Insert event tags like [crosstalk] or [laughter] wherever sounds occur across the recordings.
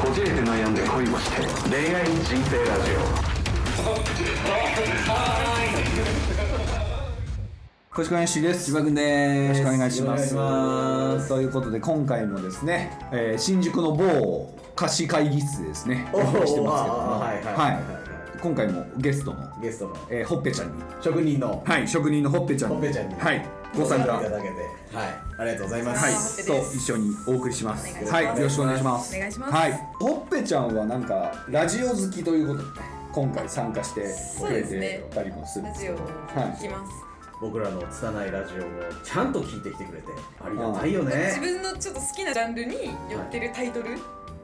こじれて悩んで恋をして恋愛人生ラジ小島よしです千葉君でよろすしくお願いしますお願いしますということで今回もですね、えー新宿の某貸し会議室でですねおおー送りしてますけどもあーはいはいはいはいはい今回もゲストの、ゲストのえーほっぺちゃんに職人のはい職人のほっぺちゃんにほっぺちゃんにはいご参加いただけてはいありがとうございますはい、と一緒にお送りします。お願いしますはい、よろしくお願いします。お願いしますはい、ほっぺちゃんはなんかラジオ好きということでね、今回参加してそうくれですねてたりもするんラですジけオど、をはい聞きます、僕らの拙いラジオもちゃんと聞いてきてくれてありがたいよね自分のちょっと好きなジャンルに寄ってるタイトル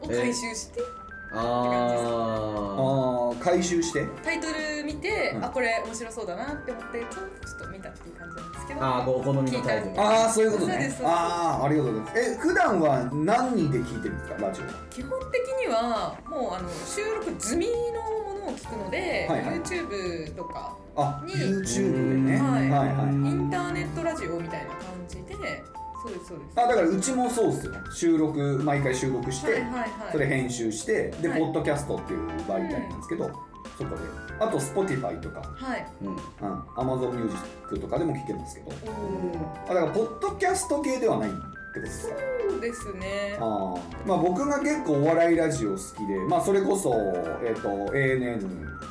を回収して、あああ、回収して。タイトル見て、うんあこれ面白そうだなって思ってちょっと見たっていう感じなんですけーどあーお好みのタイトルああ、そういうことそうでねす。そうですああ、ありがとうございます。え、普段は何人で聞いてるんですか、ラジオは。基本的にはもうあの収録済みのものを聞くので、はいはい YouTube とかあ、に YouTube でね。はいはいはい。インターネットラジオみたいな感じでそうですそうですあ、だからうちもそうっすよ。収録毎回収録して、はいはいはいそれ編集して、で、はいポッドキャストっていう媒体なんですけど、そこで。あと Spotify とか。はいうんうん、Amazon Music とかでも聴けるんですけどおーあだからポッドキャスト系ではないってことですかそうですねあーまあ僕が結構お笑いラジオ好きで、まあ、それこそ、えー、と ANN で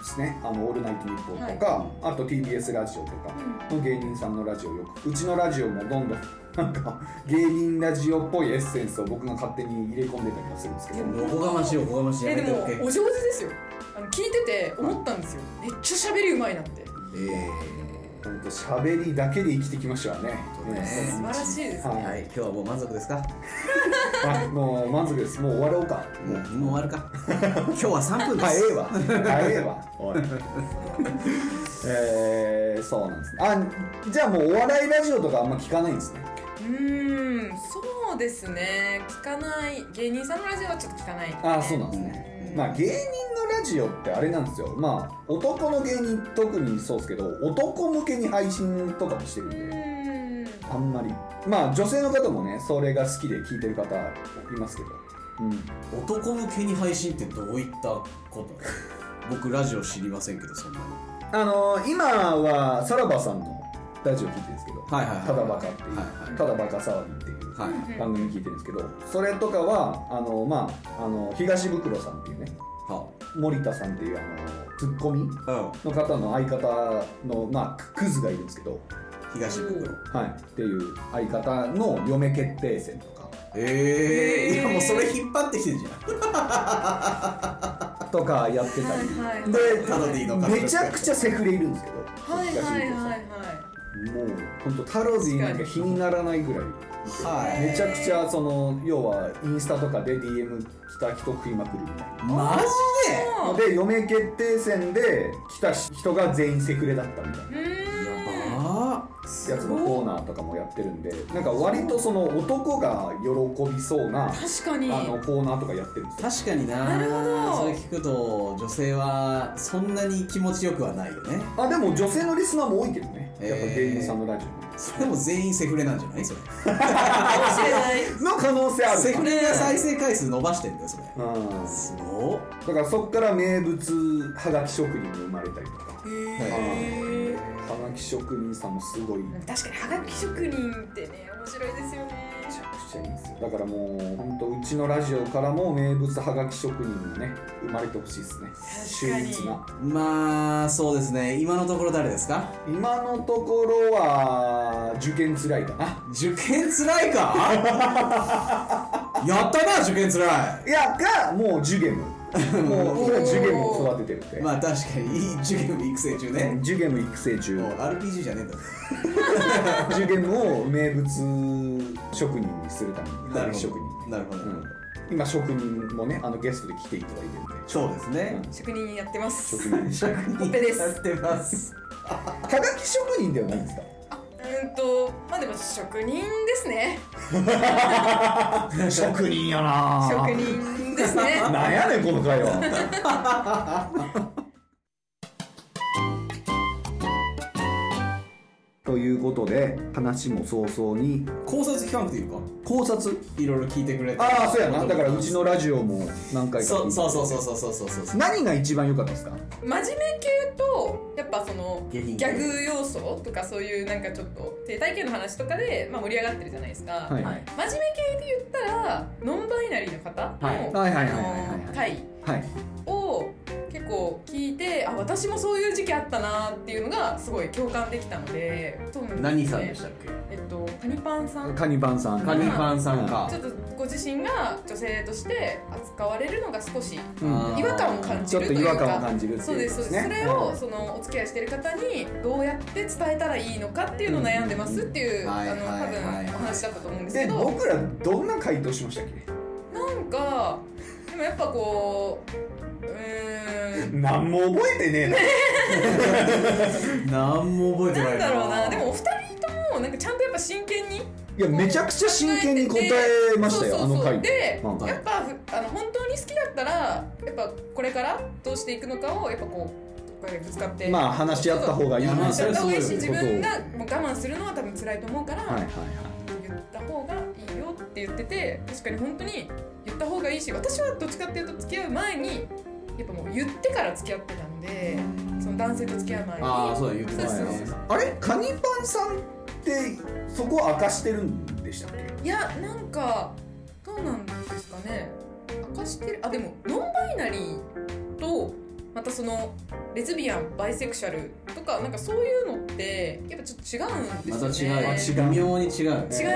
すね「あのオールナイトニッポン」とか、あと TBS ラジオとかの芸人さんのラジオよくうちのラジオもどんど [laughs] んなんか芸人ラジオっぽいエッセンスを僕が勝手に入れ込んでたりはするんですけどおこがましいおこがましいやえめでてもおけお上手ですよあの聞いてて思ったんですよめっちゃ喋りうまいなってえ本当喋りだけで生きてきましたよねそうね素晴らしいで [laughs] すはーいはい今日はもう満足ですかあもう満足ですもう終わろうかもうもう終わるか [laughs] 今日は3分です早えわ早え [laughs] わおいえー、そうなんですねあじゃあもうお笑いラジオとかあんま聞かないんですねうーんそうですね聞かない芸人さんのラジオはちょっと聞かないああそうなんですねまあ芸人のラジオってあれなんですよまあ男の芸人特にそうですけど男向けに配信とかもしてるんうでーんあんまりまあ女性の方もねそれが好きで聞いてる方いますけどうん男向けに配信ってどういったこと僕ラジオ知りませんけどそんなにあのー今はさらばさんのラジオ聞いてるんですけどはいはいはいただバカ」っていう、はいはいただバカ騒ぎ」っていうはいうん番組聞いてるんですけどそれとかはあの、まあ、あの東袋さんっていうねは森田さんっていうあのツッコミうんの方の相方の、まあ、ククズがいるんですけど、東袋はい、っていう相方の嫁決定戦とかえええーいやもうそれ引っ張ってきてるじゃとかやってはたいり、はいはいんでカロディの彼女めちゃくちゃセフレいるんですけどはいはいはいはいもう本当タロディなんか日にならないぐらい。はいめちゃくちゃその要はインスタとかで DM 来た人食いまくるみたいマジでなのはで嫁決定戦で来た人が全員セクレだったみたいいうんやばなやつのコーナーとかもやってるんでなんか割とその男が喜びそうな確かにあのコーナーとかやってるんですよ確かにななるほどそれ聞くと女性はそんなに気持ちよくはないよねあでも女性のリスナーも多いけどねやっぱ芸人さんのラジそれも全員セフレなんじゃないそれかもしれないオの可能性あセるフレが再生回数伸ばしてんだよそれうんすごっだからそっから名物はがき職人が生まれたりとかへーはがき職人さんもすごい確かにはがき職人ってね面白いですよねめちゃくちゃいいんですよだからもう本当うちのラジオからも名物はがき職人がね生まれてほしいですね確か秀に逸なまあそうですね今のところ誰ですか今のところは受験つらいかな受験つらいか [laughs] やったな受験つらいやがもうジュ [laughs] ゲムもう今ジュゲムを育ててるって、いまあ確かにいい受験育成中ねジュゲム育成中もう RPG じゃねえんだぞジュゲムを名物職人にするためにはがき職人なるほど、うん今職人もねあのゲストで来ていただいてるんでそうですね、職人やってます職人でしたはうん、オペですやってますがき職人ではないんですかあうーんとまあでも職人ですね職人やな職人ですねなんやねんこの会話 [laughs] とということで話も早々に考察聞かなくていいのか考察いろいろ聞いてくれてああそうやなだからうちのラジオも何回かそうそうそうそううそうそうそうそう何が一番良かったですか真面目系とやっぱその下ギ品系ャグ要素とかそういうなんかちょっと生態系の話とかで、まあ、盛り上がってるじゃないですか、はいはい真面目系で言ったらノンバイナリーの方のはいはいはいはいあはのい回はいを結構聞いてあ私もそういう時期あったなっていうのがすごい共感できたのでそうなんで何すねさんでしたっけえっとカニパンさんカニパンさんカニパンさんかちょっとご自身が女性として扱われるのが少しうん違和感を感じちょっるとと違いう和感をか。感じるってそういでうすこそうとです、それをそのお付き合いしてる方にどうやって伝えたらいいのかっていうのを悩んでますっていう、はいあのは多いはいはい分お話だったと思うんですけでど僕らどんな回答しましたっなんかでもやっぱこううーけん何も覚えてねえな何も覚えてなないんだろうなでもお二人ともなんかちゃんとやっぱ真剣にいやめちゃくちゃ真剣に答えましたよそあうそうのそう回でうんやっぱふあの本当に好きだったらやっぱこれからどうしていくのかをやっぱこうこれぶつかってまあ話し合った方がいいみたいなま話あし合った方がいいしそう自そう分がもう我慢するのは多分辛いと思うから、はいはいはい言った方がいいよって言ってて確かに本当に言った方がいいし私はどっちかっていうと付き合う前にやっぱもう言ってから付き合ってたのでその男性と付き合う前にああそうだ言ってましたそうねそうそあれカニパンさんってそこ明かしてるんでしたっけいやなんかどうなんですかね明かしてるあでもノンバイナリーとまたそのレズビアンバイセクシャルとかなんかそういうのってやっぱちょっと違うんでますたよね、違うね微妙に違う違います違いますえ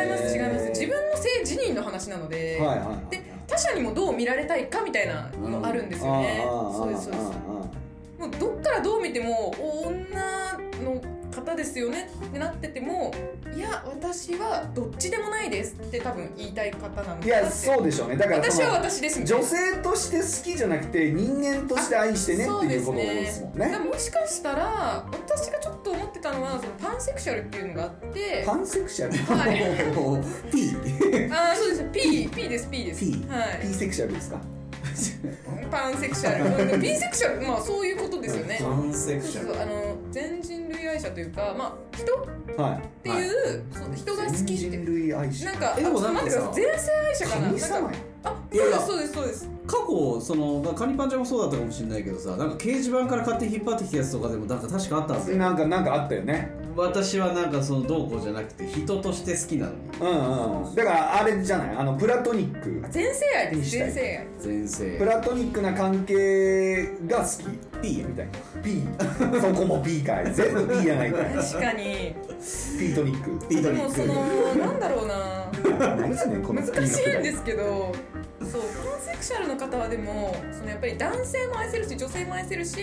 ー自分の性自認の話なので、はいはいはいで他者にもどう見られたいかみたいなのあるんですよねああそうですそうですもうどっからどう見てもお女の方ですよねってなっててもいや私はどっちでもないですって多分言いたい方なのかなっていやそうでしょうねだから私そはの私ですみたい女な性として好きじゃなくて人間として愛してねっていうことですもんだかねらもしかしたら私がちょっと思ってたのはそのパンセクシャルっていうのがあってパンセクシャルはい [laughs] P ああそうです P, P です P です P はいピーセクシャルですかパンセクシ [laughs] ャルピンセクシャルまあそういうことですよねパンセクシそうャそうルあの全人類愛者というかまあ人っはていう、そう人が好きいっ人て類愛しなんかえでもなんかあちょっと待ってください全性愛者かな神なん様かやあいやいやそうですそうですそう過去そのカニパンちゃんもそうだったかもしれないけどさなんか掲示板から勝手に引っ張ってきたやつとかでもなんか確かあったんですよなんかなんかあったよね私はなんかそのどうこうじゃなくて人として好きなのにうんうんだからあれじゃないあのプラトニックです全性愛ですしたい全性愛全盛プラトニックな関係が好き P やみたいな P そこも P かい全部 P やないかい確かに P トニック P でトニもそのックなんだろうな何すねこの難 P しのいんですけどそうパンセクシャルの方はでもそのやっぱり男性も愛せるし女性も愛せるし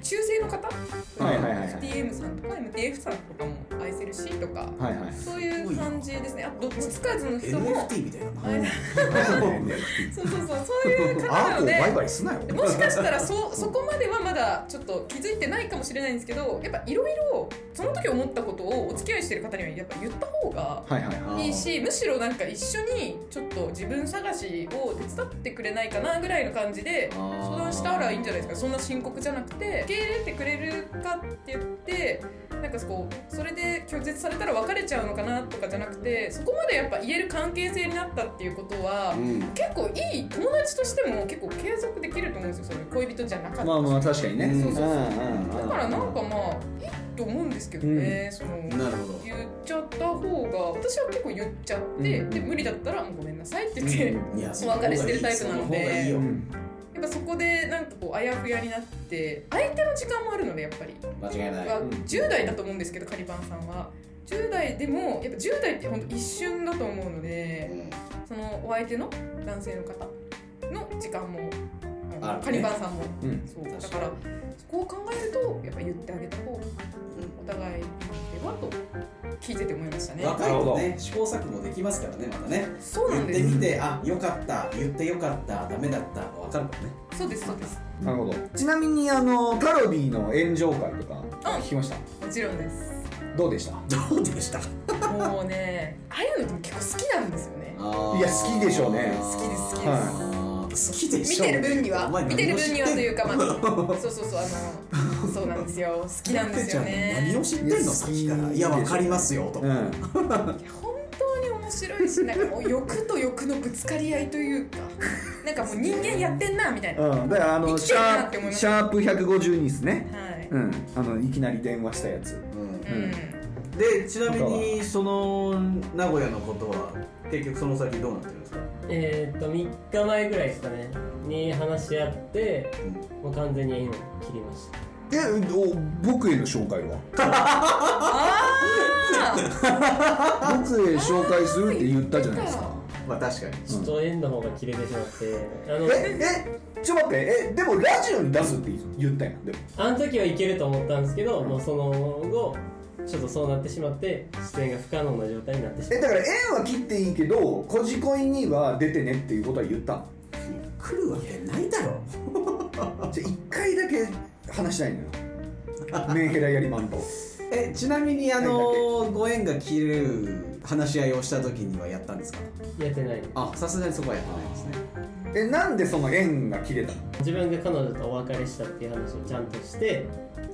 中性の方はいはいはいはい FTM さんとか MTF さんとかも愛せるしとかはいはいそういう感じですねあどっちつかずの人も NFT みたいなあれだそうそうそうそういう方アなーコのーバイでバイすなよもしかしたらそそこまではまだちょっと気づいてないかもしれないんですけどやっぱいろいろその時思ったことをお付き合いしてる方にはやっぱ言った方がはいはいはいいいしむしろなんか一緒にちょっと自分探しを手伝ってくれないかなぐらいの感じであー相談したらいいんじゃないですかそんな深刻じゃなくて受け入れてくれるかって言ってなんかこうそれで拒絶されたら別れちゃうのかなとかじゃなくてそこまでやっぱ言える関係性になったっていうことは、うん結構いい友達としても結構継続できると思うんですよそれ恋人じゃなかった、まあまあ確かにねそうそうそうんんうんだからなんかまあいいと思うんですけどね、そのなるほど言っちゃった方が私は結構言っちゃって、うんで無理だったらもうごめんなさいって言って、うんいややお別れしてるタイプなのでそ方がいいうんよっぱそこでなんかこうあやふやになって相手の時間もあるのでやっぱり、間違いないは10代だと思うんですけどカリバンさんは10代でもやっぱ10代ってほんと一瞬だと思うのでそのお相手の男性の方の時間もあのあるねカリバンさんもうんそう確かだにからそこを考えるとやっぱ言ってあげた方がお互いいいのではと聞いてて思いましたね若いとね試行錯誤できますからねまたねそうな言っんでてすみてあよかった言ってよかったダメだった分かるからねそうですそうですなるほどちなみにあのパロディの炎上会とか聞きましたもちろんですどうでしたどうでしたもうね、ああいうのでも結構好きなんですよね。いや好きでしょうね好きです好きです好きで見しょうてる分にはお前、見てる分にはといううか、まあ、そうそうそう、あの、そうなんですよ。好きなんでてっすちゃよんの何をね。知ってんのさっきからいやわかりますよとうかんいや本当に面白いし、なんかもう欲と欲のぶつかり合いというか、なんかもう人間やってんなみたいな。はうん、だからあの生きシてるなャって思ーいまプすシャープ152ですね、い。うん、あのいきなり電話したやつうんうん。でちなみにその名古屋のことは結局その先どうなってるんですかえーっと3日前ぐらいですかねに話し合ってもう完全に縁を切りましたえお僕への紹介はあ僕へ紹介するって言ったじゃないですかあ。まあ確かにちょっと縁の方が切れてしまって、あのええちょっと待ってえでもラジオに出すって言ったやんでもあの時はいけると思ったんですけど、もうその後ちょっとそうなってしまって出演が不可能な状態になってしまえっだから縁は切っていいけどこじこいには出てねっていうことは言ったの来るわけないだ [laughs] ろじゃあ一回だけ話しないのよメンヘラやりまんとえちなみにあのーご縁が切れる話し合いをした時にはやったんですかてやってないあさすがにそこはやってないですねえなんでその縁が切れたの自分が彼女とお別れしたっていう話をちゃんとして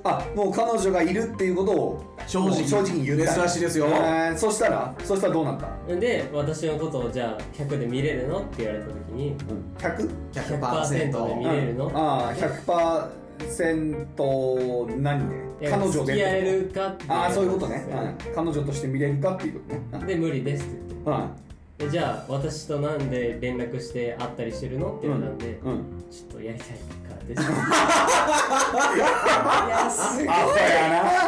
あもう彼女がいるっていうことを正もう直正直に言った珍しいですよえーそしたらそしたらどうなった、で私のことをじゃあ100で見れるのって言われた時に 100? 100%で見れるのああ100%何いでや彼女で付き合えるかってああそういうことね、うん、彼女として見れるかっていうことねで無理ですって言っうてんでじゃあ私となんで連絡して会ったりしてるのって言ったんで、うんうんちょっとやりたいからですあ。いやすごい。あそうや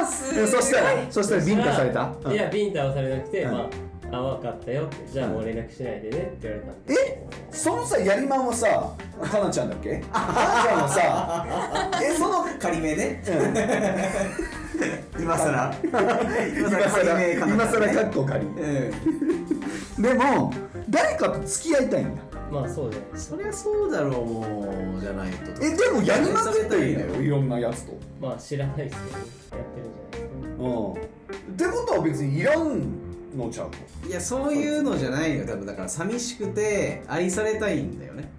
なすごいそしたら [laughs] そしたらビンタされた、うんいやビンタはされなくて、うんまああ分かったよってじゃあもう連絡しないでねって言われたんでえそのさやりまんはさかなちゃんだっけかなちゃんはさえその仮名ね [laughs] うん今さら今今さらさ仮ら名か今さらかっこ仮うんでも誰かと付き合いたいんだまあそうじゃないですそりゃそうだろうもうじゃないとえでもやりまくってるんだよいろんなやつとまあ知らないですけど、ね、やってるんじゃないですかうんってことは別にいらんのちゃういやそういうのじゃないよ多分だから寂しくて愛されたいんだよね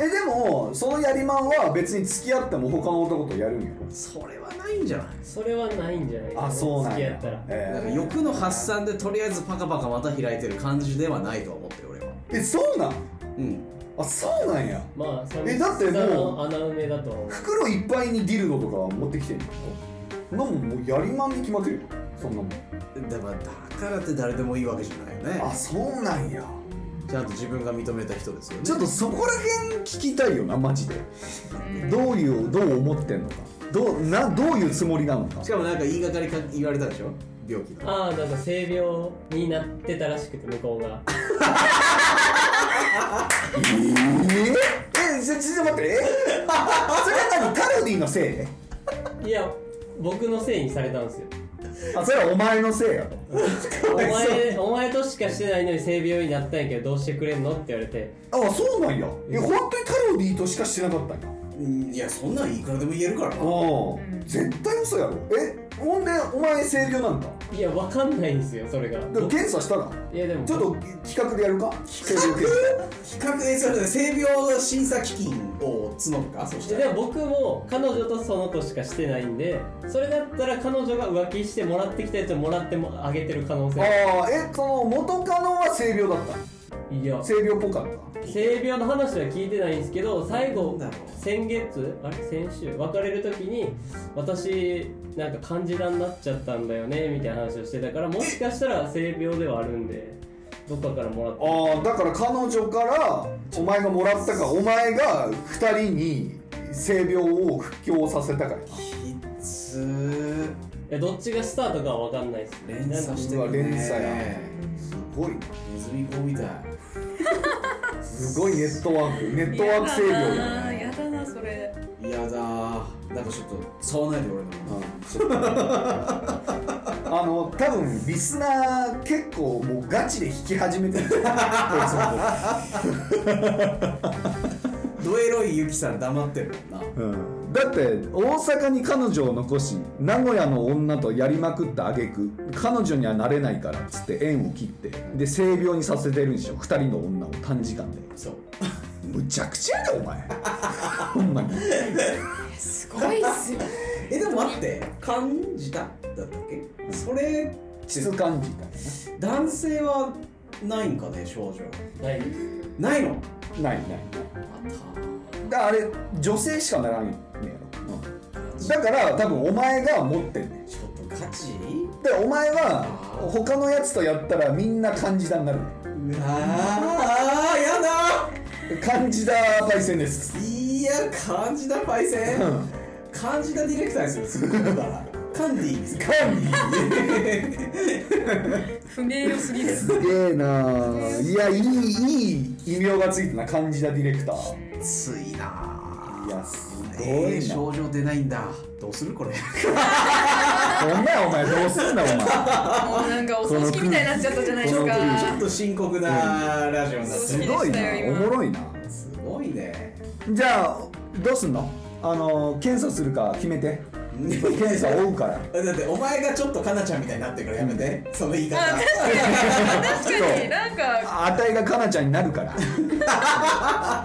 えでもそのやりまんは別に付き合っても他の男とやるんやろそれはないんじゃないそれはないんじゃないですか付き合ったらえだからー欲の発散でとりあえずパカパカまた開いてる感じではないとは思ってる俺はえそうなんうんあそうなんやまあ寂えしだってもうさの穴埋めだとは思う袋いっぱいにディルドとか持ってきてんのそんなもんもうやりまんに決まってるよそんなもんだからだからって誰でもいいわけじゃないよねあそうなんやちゃんと自分が認めた人ですよねちょっとそこら辺聞きたいよなマジでどういうどう思ってんのかどうなどういうつもりなのかしかもなんか言いがかりか言われたでしょ病気のああなんか性病になってたらしくて向こうがええちょちょっと待ってえ [laughs] それは何カルディのせいでいや僕のせいにされたんですよあそれはお前のせいやとお前お前としかしてないのに性病になったんやけどどうしてくれんのって言われてあそうなんやいや本当にカルディとしかしてなかったんやうんいやそんなんいくらでも言えるからなうん絶対嘘やろえほんでお前制御なんだいやわかんないんですよそれがでも僕い検査したらやでもちょっと企画でやるか制御検比較でそれで性病審査基金を募るかそしいやでも僕も彼女とその子しかしてないんでそれだったら彼女が浮気してもらってきたやつをもらってもあげてる可能査性ああえその元カノは性病だっいたや性病っぽかった性病の話は聞いてないんですけど最後なんだろう先月あれ先週別れる時に私なんか感じだになっちゃったんだよねみたいな話をしてたからもしかしたら性病ではあるんでどっかからもらってああだから彼女からお前がもらったかお前が2人に性病を布教させたからきつーいやどっちがスタートかは分かんないです連鎖してうわるね連鎖やすごいなネズミ子みたいすごいネットワークネットワーク制御ややだなやだなそれ。やだーなんかちょっと触らないで俺のあの多分リスナー結構もうガチで弾き始めてるこいつのドエロいユキさん黙ってるもんなことだって大阪に彼女を残し名古屋の女とやりまくった挙句彼女にはなれないからっつって縁を切ってで性病にさせてるんでしょ2人の女を短時間でそうむちゃくちゃやでお前ほんまにすごいっすよ。えでも感じただったっけそれ質感じたい男性はないんかね症状ないないのなないないないだあれ女性しかならんねやろ、うんだから多分お前が持ってんねんちょっとガチでお前は他のやつとやったらみんな感じだになるねうわあやだ感じだパイセンですいや感じだパイセンん感じだディレクターですよすごいだからカンディーですか不名誉すぎるすげえな [laughs] あいやいいいい異名がついてな感じだディレクターついないやすごいな、えー、症状出ないんだどうするこれお前お前どうすんだお前もうなんかお葬式みたいになっちゃったじゃないですちかょっと深刻なラジオになってするごいなおもろいなすごいねじゃあどうすんのあの検査するか決めて検査追うからだってお前がちょっとかなちゃんみたいになってるからやめて、その言い方あ確かに確かになんかあたいがかなちゃんになるから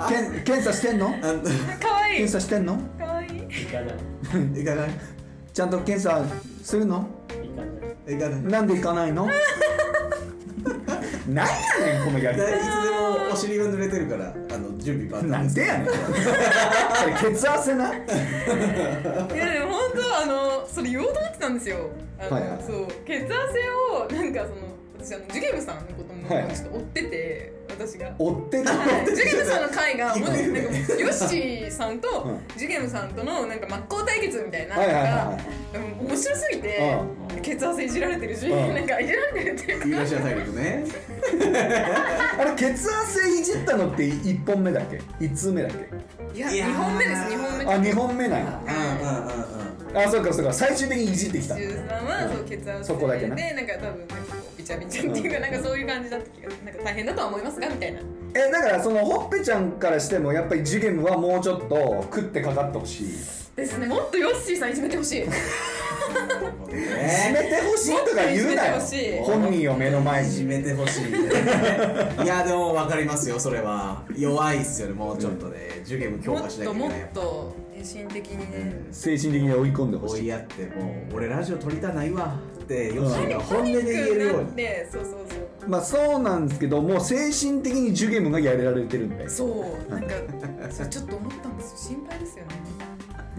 けん検査してんのあの可愛い検査してんの可愛い行かないいかないちゃんと検査するの行かないいかないなんで行かないのなんやねんこのやりだ方いつでもお尻が濡れてるからあの準備万な端んでやねんそれ血圧ないやでも本当あのそれ言おうと思ってたんですよ。あの、はいはいはいそう血圧をなんかその私あのジュゲムさんのこともはいちょっと追ってて、私が。追ってたはいジュゲムさんの会がもういいなんねかもうヨッシーさんとうんジュゲムさんとのなんか真っ向対決みたいなはいはいはいなんはかうん面白すぎて血圧いじられてるしうんなんかいじられてるっていうかユーラシア大陸ねあれ血圧いじったのって1本目だっけ1通目だっけいやいやー2本目です2本目あ2本目なんやうんうんあそうかそうか最終的にいじってきた中さんはそう血圧そこだけなでなんか多分なんかこうビチャビチャっていうかなんかそういう感じだった気がなんか大変だとは思いますがみたいなえだからそのほっぺちゃんからしてもやっぱりジュゲムはもうちょっと食ってかかってほしいですねもっとヨッシーさんいじめてほしいうんうん締めねてほしいとか言うなよもっと締めてほしい本人を目の前いじにめてほしいねいやでも分かりますよそれは弱いっすよねもうちょっとね授業も強も化っしなきゃいけともっないやっぱと精神的にうね、ん精神的に追い込んでほ追しいいやってもう俺ラジオ撮りたないわってヨッシーが本音で言えるようなっにてそうそうまあそうなんですけどもう精神的にジュゲムがやられてるんでそうそうなんかそれちょっと思ったんですよ心配ですよね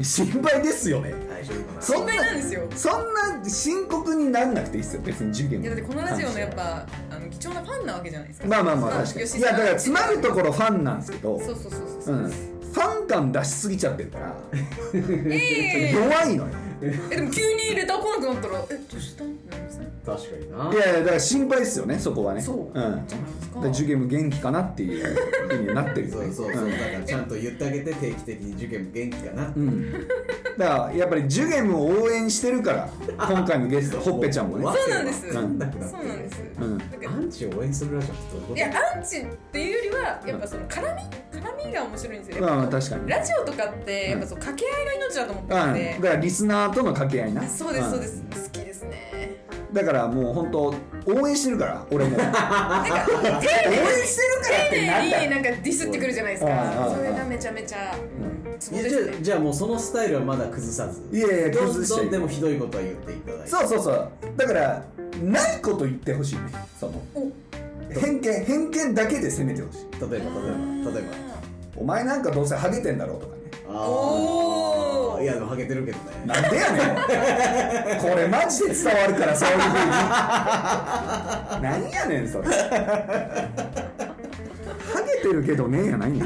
心配ですよね大丈夫かなそ心んな配なんですよそんな深刻になんなくていいっすよ別にジュゲムいやだってこのラジオのやっ関ぱあの貴重なファンなわけじゃないですしてかはまあまあまあ確かにいやだから詰まるところファンなんですけどそうそうそうそうう、ん、ファン感出しすぎちゃってるからええ弱いのよえでも急にレター来なくなったらえどうしたんってなりません確かにないやいやだから心配ですよねそこはね、そうんだかじゃないですから受験も元気かなっていうふうになってるよそねうそうそうだからちゃんと言ってあげて定期的に受験も元気かなってうん、うんだからやっぱり受験を応援してるから今回のゲストほっぺちゃんもねわそうなんですうそんうなくなってるなんです、うんだからアンチを応援するラジオってどういうこといやアンチっていうよりはやっぱその絡み絡みが面白いんですよまあまあやっぱ確かにラジオとかってやっぱその掛け合いが命だと思ってるうんん、でだ、からリスナーとの掛け合いなそうですんそうです、好きですねだからもう本当応援してるから俺 [laughs] も応援なんか丁寧してるからってなんだ丁寧によなんかディスってくるじゃないですうんうんうんかそれがめちゃめちゃツボいやでじゃすねあじゃあもうそのスタイルはまだ崩さずいやいやど崩んしちゃいけなどいんでもひどいことは言っていただいてそうそうそうだからないこと言ってほしいねそのお偏見偏見だけで攻めてほしい例えば例えば例えお前なんかどうせハゲてんだろうとかねばあーおーいやでもハゲてるけどねなんでやねんこれマジで伝わるからそういうふうに何やねんそれハゲてるけどねやないねん、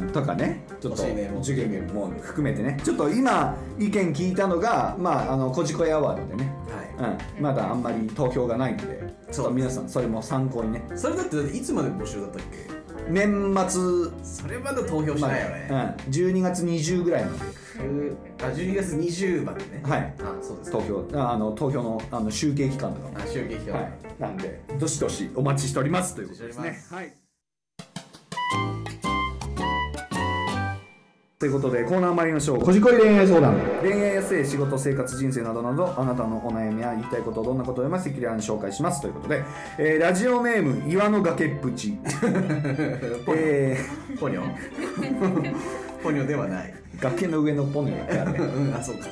うん、とかねちょっと欲しいねもう授業も含めてねちょっと今意見聞いたのがまああのこじこいアワードでねはうん、まだあんまり投票がないのでちょっと皆さんそれも参考にねいそれだっていつまで募集だったっけ年末それまだ投票しまないでよね、うん、12月20ぐらいまで10あ12月20までねはいあそうです投票ああの投票のあの集計期間とかもあ集計期間、はい、なんでどしどしお待ちしておりますということですお待ねちし。はいということでコーナー参りましょう「こじこい恋愛相談」恋愛や性仕事生活人生などなどあなたのお悩みや言いたいことどんなことでも赤裸々に紹介しますということで、えーラジオネーム岩の崖っぷ [laughs] ち、えポニョポニョではないー崖の上のポニョってあるねうんあそうか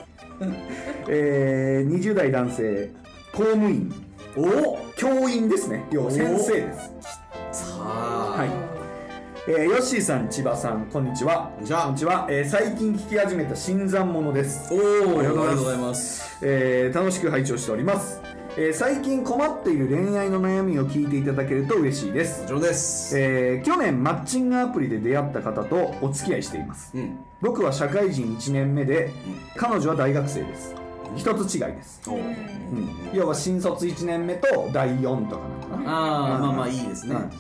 えー、20代男性公務員お教員ですね要は先生です、さはあ、えー、ヨッシーさん千葉さんこんにちはじゃこんあにちは、えー最近聞き始めた新参者ですおおありりががとうございますとうございますえー楽しく拝聴しております、えー最近困っている恋愛の悩みを聞いていただけると嬉しいです以、上ですえー去年マッチングアプリで出会った方とお付き合いしていますうん僕は社会人1年目で彼女は大学生です一つ違いです、おーうん、要は新卒1年目と第4とかなのかなああうんまあまあいいですね、うん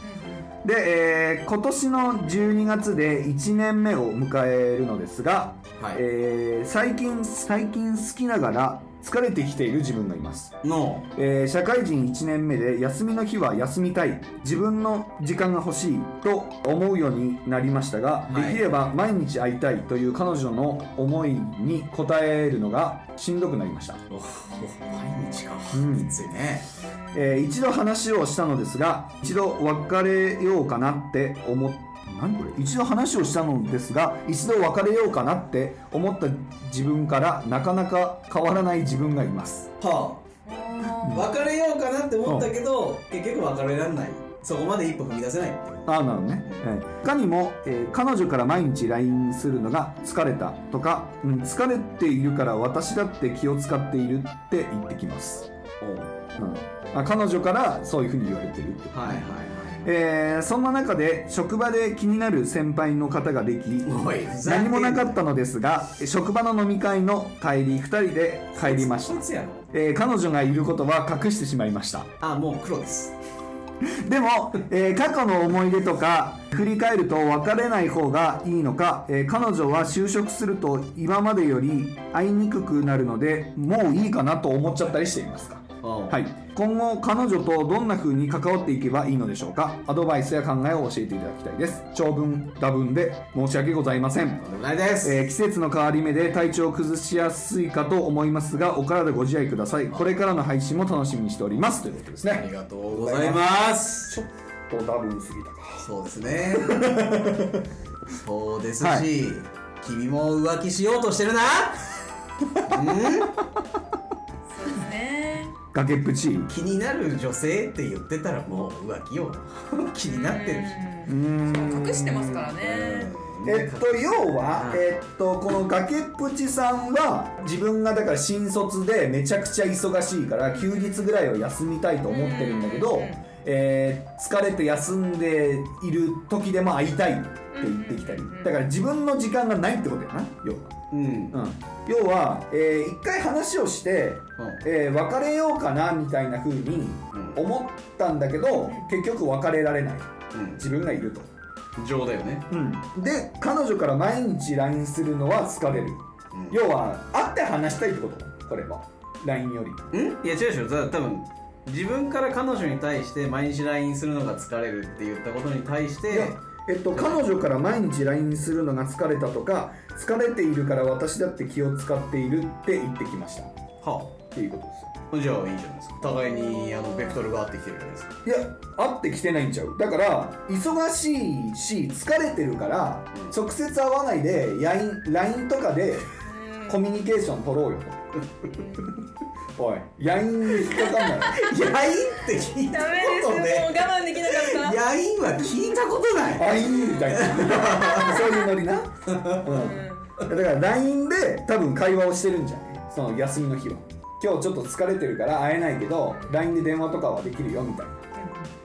で、えー今年の12月で1年目を迎えるのですが、はいえー最近最近好きながら疲れてきている自分がいます、のえー社会人1年目で休みの日は休みたい自分の時間が欲しいと思うようになりましたが、はいできれば毎日会いたいという彼女の思いに応えるのがしんどくなりましたお毎日か、うんきついねえー一度話をしたのですが一度別れようかなって思っ何これ一度話をしたのですが一度別れようかなって思った自分からなかなか変わらない自分がいますはああ別れようかなって思ったけど結局別れられないそこまで一歩踏み出せないっていうああなるほどね、えー他にも、えー彼女から毎日 LINE するのが疲れたとか、うん、疲れているから私だって気を使っているって言ってきます、うん、あ彼女からそういうふうに言われてるってことはいはいえーそんな中で職場で気になる先輩の方ができはいおいふざけ何んもなかったのですが職場の飲み会の帰り2人で帰りましこいた、つやろえー彼女がいることは隠してしまいましたあもう黒ですでも、えー過去の思い出とか振り返ると別れない方がいいのか、えー彼女は就職すると今までより会いにくくなるのでもういいかなと思っちゃったりしていますかははい、今後彼女とどんな風に関わっていけばいいのでしょうかアドバイスや考えを教えていただきたいです長文多文で申し訳ございませんとんでもないです、えー季節の変わり目で体調を崩しやすいかと思いますがお体ご自愛くださいこれからの配信も楽しみにしておりますということですあねりがとうございますちょっと多分すぎたかそうで [laughs] すねそうですし、は君も浮気しようとしてるなうんあね崖っぷちう気になる女性って言ってたらもう浮気よ気になってるしーん隠してますからねえっと要は、うんえっとこの崖っぷちさんは自分がだから新卒でめちゃくちゃ忙しいから休日ぐらいを休みたいと思ってるんだけど、うんえー疲れて休んでいる時でも会いたいって言ってきたりうんだから自分の時間がないってことやな要は、うんうん、要は、えー一回話をして、えー別れようかなみたいな風にうん思ったんだけど結局別れられない自分がいると。うん情だよねで彼女から毎日 LINE するのは疲れる、うん要は会って話したいってことこれは LINE よりんいや違うでしょた多分自分から彼女に対して毎日 LINE するのが疲れるって言ったことに対しいやてえっと彼女から毎日 LINE するのが疲れたとか疲れているから私だって気を使っているって言ってきましたっはていうことですよあじゃあいいじゃないですか互いにあのベクトルが合ってきてるじゃないです [laughs] いかや会ってきてないんちゃうだから忙しいし疲れてるから直接会わないで LINE LINE とかでうんコミュニケーション取ろうよと [laughs] おい LINE に引っかかんないヤインって聞いダメですもう我慢できなかったヤインは聞いたことないあいいみたいな [laughs] そういうノリな、うん、だから LINE で多分会話をしてるんじゃないその休みの日は今日ちょっと疲れてるから会えないけど LINE で電話とかはできるよみたい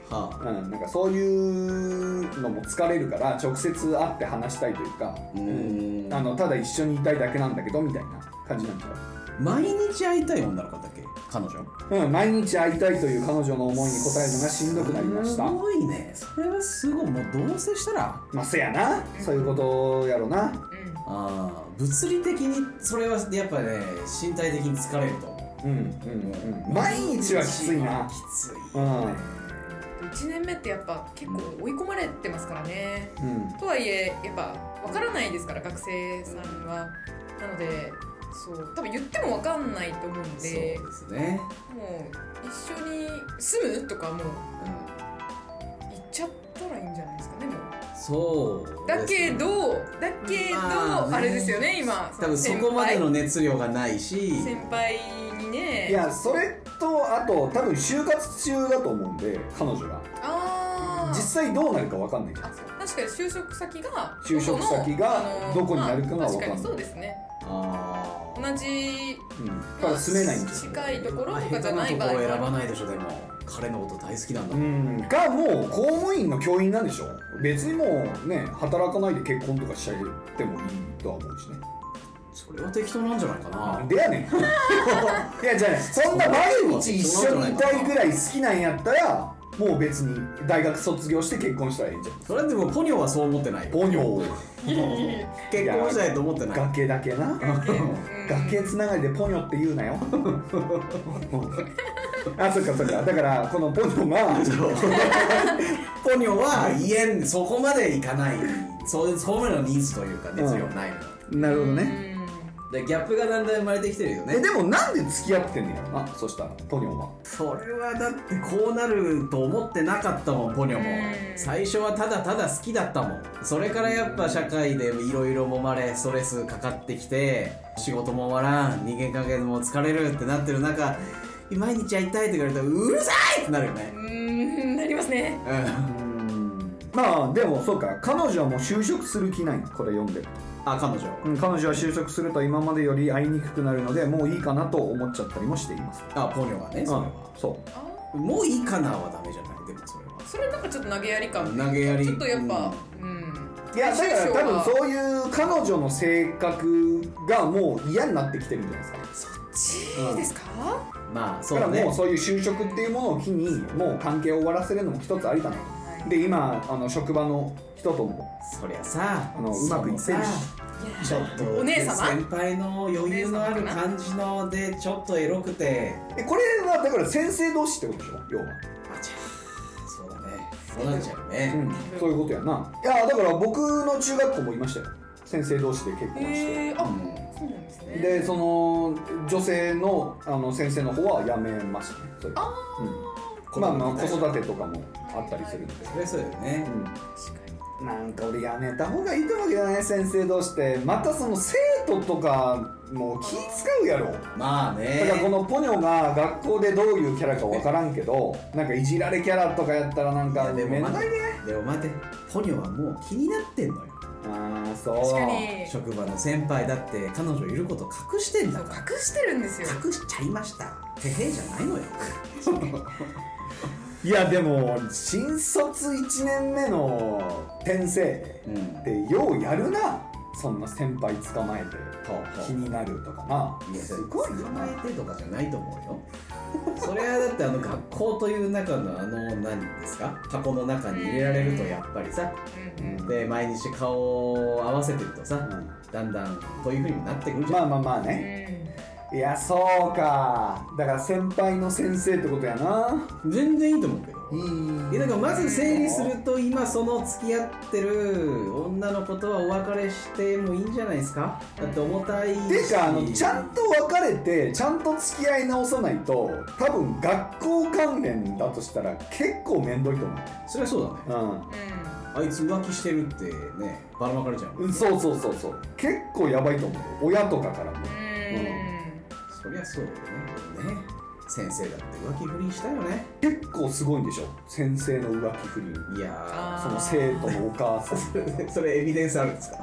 はな,、うん、なんかそういうのも疲れるから直接会って話したいというかうーんあのただ一緒にいたいだけなんだけどみたいな感じなんちゃうあ毎日会いたい女の子だっけ彼女うん、毎日会いたいという彼女の思いに応えるのがしんどくなりましたすごいねそれはすごいもう同棲したらまあせやなそういうことやろなうんあー物理的にそれはやっぱね身体的に疲れると思うんうんうん毎日はきついなきついうん1年目ってやっぱ結構追い込まれてますからねうんとはいえやっぱ分からないですから学生さんはなのでそう多分言っても分かんないと思うんそうでですね、もう一緒に住むとかもううん、言っちゃったらいいんじゃないですかねもうそうだけですねどだけど、まとあれですよね今多分そこまでの熱量がないし先輩にねいやそれとあと多分就活中だと思うんで彼女があ実ー際どうなるか分かんないじゃあん確かに就職先が就職先がどこになるかがわかんないまあ確かにそうですねあ同じうん、だから住めないんですよ近いところと下かじゃ手なないとこ場合ろを選ばはないでしょでも彼のこと大好きなんだうもんんがもう公務員の教員なんでしょ別にもうね働かないで結婚とかしちゃってもいいとは思うしねそれは適当なんじゃないかななんで [laughs] やねんいやじゃあねそんな毎日一緒にいたいぐらい好きなんやったらもう別に大学卒業して結婚したらいいじゃんそれはでもポニョはそう思ってないよポニ [laughs] ョ結婚したいと思って [laughs] ない崖だけなうん崖つながりでポニョって言うなよあそっかそっかだからこのポニョがポニョは言えんそこまでいか [laughs] ないそうそういうのニーズというか熱量ないの、なるほどねうんでギャップがだんだん生まれてきてるよえねでもなんで付き合ってんのやろなそしたらポニョはそれはだってこうなると思ってなかったもんポニョもうん最初はただただ好きだったもんそれからやっぱ社会でいろいろ揉まれストレスかかってきて仕事も終わらん人間関係も疲れるってなってる中毎日会いたいって言われたらうるさいってなるよねうーんなりますねうんまあでもそうか彼女はもう就職する気ないこれ読んでるあ彼女うん彼女は就職すると今までより会いにくくなるのでもういいかなと思っちゃったりもしていますあポニョがねそれは、うんそあーもういいかなはダメじゃないでもそれはそれなんかちょっと投げやり感投げやりちょっとやっぱうんういやだから多分うそういう彼女の性格がもう嫌になってきてるんじゃないですかちですかまあだそからうねもうそういう就職っていうものを機にもう関係を終わらせるのも一つありだなはいで今あの職場の人ともそりゃさあのうまくいってるしいやちょっとお姉様先輩の余裕のある感じのでちょっとエロくてえこれはだから先生同士ってことでしょ要は、あちゃそうだねそうなっちゃうね、うん、そういうことやないやだから僕の中学校もいましたよ先生同士で結婚して、へえあうんそうなんですねでその女性のあの先生の方は辞めましたねそれあうん、まあまあ子育てとかもあったりするんで、そりゃそうだよね確かにうん、なんか俺辞めた方がいいと思うけどね先生同士ってまたその生徒とかも気使うやろまあねだからこのポニョが学校でどういうキャラか分からんけどなんかいじられキャラとかやったらなんいかやでもめんどい待てねでも待ってポニョはもう気になってんのよああそう確かにそう職場の先輩だって彼女いること隠してんだから隠してるんですよ隠しちゃいましたてへじゃないのよいやでも新卒1年目の先生うんはってようやるなそんな先輩捕まえてあはあ気になるとかないやすすごごいいよ捕まえてとかじゃないと思うよそれはだってあの学校という中のあの何ですか箱の中に入れられるとやっぱりさうんうんで毎日顔を合わせてるとさだんだんこういうふうになってくるじゃまん、あまあまあねいやそうかだから先輩の先生ってことやな全然いいと思うけいどいいやだからまず整理すると今その付き合ってる女の子とはお別れしてもいいんじゃないですかだって重たいしていうかあのちゃんと別れてちゃんと付き合い直さないと多分学校関連だとしたら結構面倒いとそれはそうだね思あいつ浮気してるってねばらまかれちゃうう、うん、そうそうそうそう結構やばいと思う親とかからもうんうんそりゃそうだよねね先生だって浮気不倫したよね結構すごいんでしょ先生の浮気不倫いやその生徒のお母さんー [laughs] それエビデンスあるん [laughs] ですか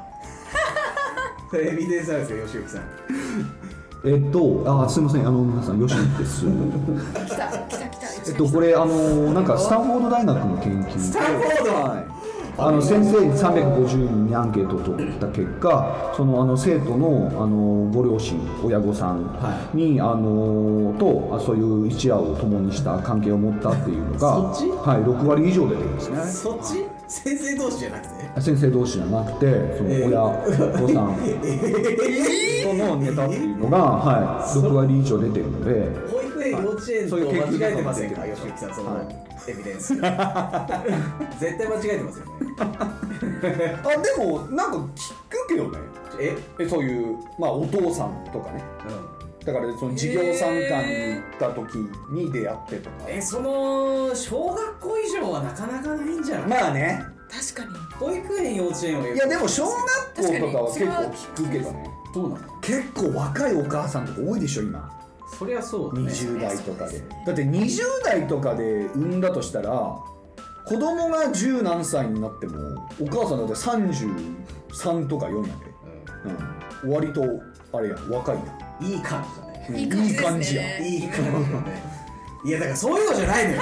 それエビデンスあるんですか吉行さんえっとあすいませんあの皆さんよし [laughs] です来た来た来たえっと、これあのなんかスタンフォード大学の研究スタンフォードはい、あの先生に350人にアンケートを取った結果そのあの生徒のあのご両親親御さんに、あのとあそういう一夜を共にした関係を持ったっていうのがそっちはい、6割以上出てるんですねそっち先生同士じゃな [laughs] くて先生同士じゃなくてその親御さん [laughs] とのネタっていうのが、はい、6割以上出てるので。保育園幼稚園とそういう研究間違えてませんかが吉行さんそはのエビデンス絶対間違えてますよねあでもなんか聞くけどねええそういう、まあ、お父さんとかねだからその事業参観に行った時に出会ってとかえその小学校以上はなかなかないんじゃないまあね確かに保育園幼稚園はいやでも小学校とかは結構聞くけどねどうなの結構若いお母さんとか多いでしょ今そりゃそうだね20代とかそうでですねだって20代とかで産んだとしたら子供が10何歳になってもお母さんだって33とか4やで、うん、割とあれやん若いやうんいい感じだねんいい感じですねやんいい感じだねいやだからそういうのじゃないのよ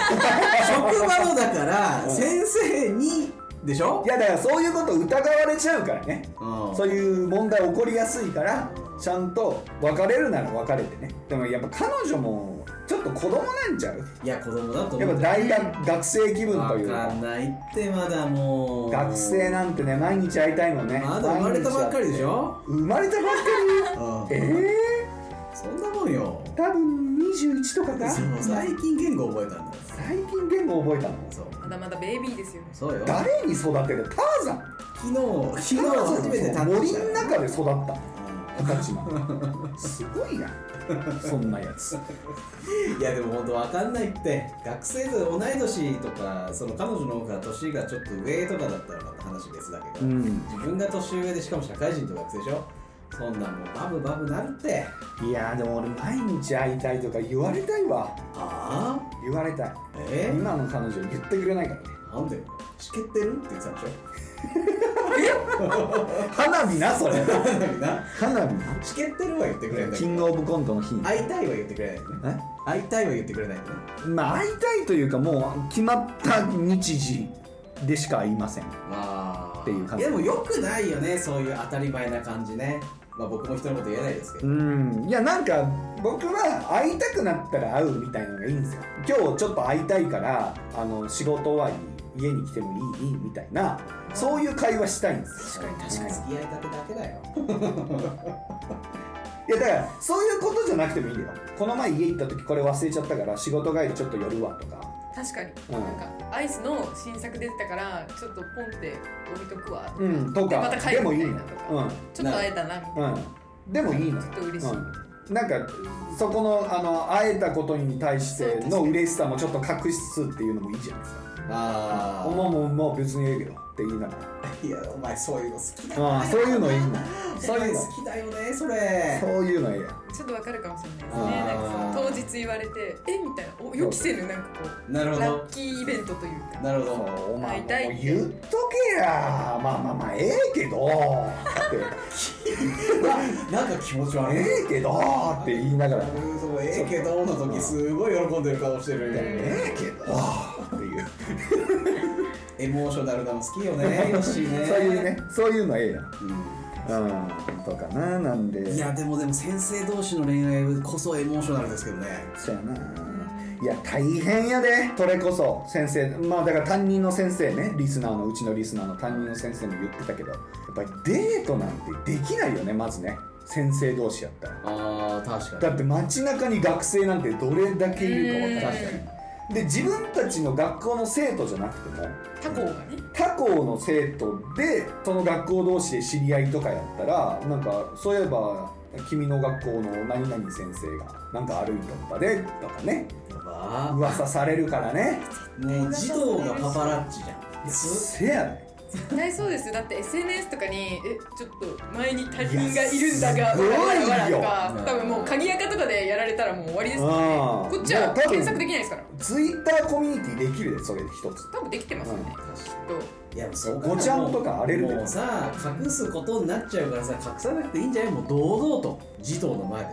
職場のだから先生にでしょいやだからそういうこと疑われちゃうからねうんそういう問題起こりやすいからうんちゃんと別れるなら別れてねでもやっぱ彼女もちょっと子供なんちゃういや子供だとや思っぱう大学学生気分という分かかんないってまだもう学生なんてね毎日会いたいもんねまだ生まれたばっかりでしょょ、生まれたばっうんかりええそんなもんよー、多分21とかかそう最近言語覚えたんだよ最近言語覚えたのそうまだまだベイビーですよねそうよ誰に育てるターザン昨日昨日ターザン初めてタッチ森したのよ中で育った赤ちま [laughs] ですごいなそんなやつうんいやでも本当わかんないって学生で同い年とかその彼女の方が年がちょっと上とかだったらまた話別だけど、ん自分が年上でしかも社会人と学生でしょそんなんもうバブバブなるっていやーでも俺毎日会いたいとか言われたいわああ言われたいえ今の彼女言ってくれないからねなんでしけってるって言ってたでしょ [laughs] 花火なそれ何な花火なしけってるは言ってくれないキングオブコントの日会いたいは言ってくれないよねえ会いたいは言ってくれないよねまあ会いたいというかもう決まった日時でしか会いませんあーっていう感じでもよくないよねそういう当たり前な感じねまあ僕も人のこと言えないですけど、うんいやなんか僕は会いたくなったら会うみたいのがいいんですよ今日ちょっと会いたいからあの仕事終わり家に来てもいいみたいなそういう会話したいんですよ確かに確かに付き合いたてだけだよいやだからそういうことじゃなくてもいいんだよこの前家行った時これ忘れちゃったから仕事帰りちょっと寄るわとか確かに、うんなんかアイスの新作出てたからちょっとポンって置いとくわ、うんとでかまた帰でるもいみいたいのなとか、うんちょっと会えたなみたいなうんでもいいのちょっと嬉しい、うん、なんかそこのあの会えたことに対しての嬉しさもちょっと隠すっていうのもいいじゃないですかあもうもうもう別にええけどって言いながらいやお前そういうの好きだああそういうのいいなそうそういいううのの好きだよねそれそういうのええやちょっとわかるかもしれないですねあーなんかその当日言われてえみたいなお予期せぬなんかこなるうほラどッキーイベントというかなるほどそうお前会いもうたいって言っとけやまあまあまあええけどってなんか気持ち悪いええけどって言いながらそうええけどの時すごい喜んでる顔してるええけどっていうエモーショナルなの好きよ [laughs] ねよしねそういうねそういうのええやんううんとかななんでんいやでもでも先生同士の恋愛こそエモーショナルですけどねそやな、いや大変やでそれこそ先生まあだから担任の先生ねリスナーのうちのリスナーの担任の先生も言ってたけどやっぱりデートなんてできないよねまずね先生同士やったらああ確だって街中に学生なんてどれだけいるか分かんうんないで自分たちの学校の生徒じゃなくても他校がね他校の生徒でその学校同士で知り合いとかやったらなんかそういえば君の学校の何々先生がなんか歩いとったでとかねやば噂されるからねもう児童がパパラッチじゃんせやね絶対そうですよだって SNS とかに「えちょっと前に他人がいるんだが」いやすごいよわらわらとか多分もううん鍵垢とかでやられたらもう終わりですからねあーこっちは検索できいないですからツイッターコミュニティできるでそれ一つ多分できてますよね、きっといやそうごちゃんとか荒れるでもうさ隠すことになっちゃうからさ隠さなくていいんじゃないもう堂々と児童の前で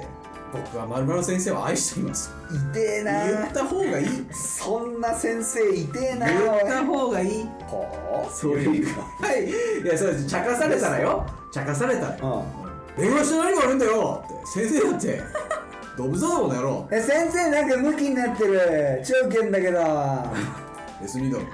僕は丸々先生を愛していますいてえ言った方がいい言っそんな先生いてえなた方がいいほうそういうはいいやそう茶化されたらよ茶化されたらうよん弁護士の何が悪いんだよって先生だって動物だぞこの野郎え先生なんかムキになってる超ウケんだけど別にだろ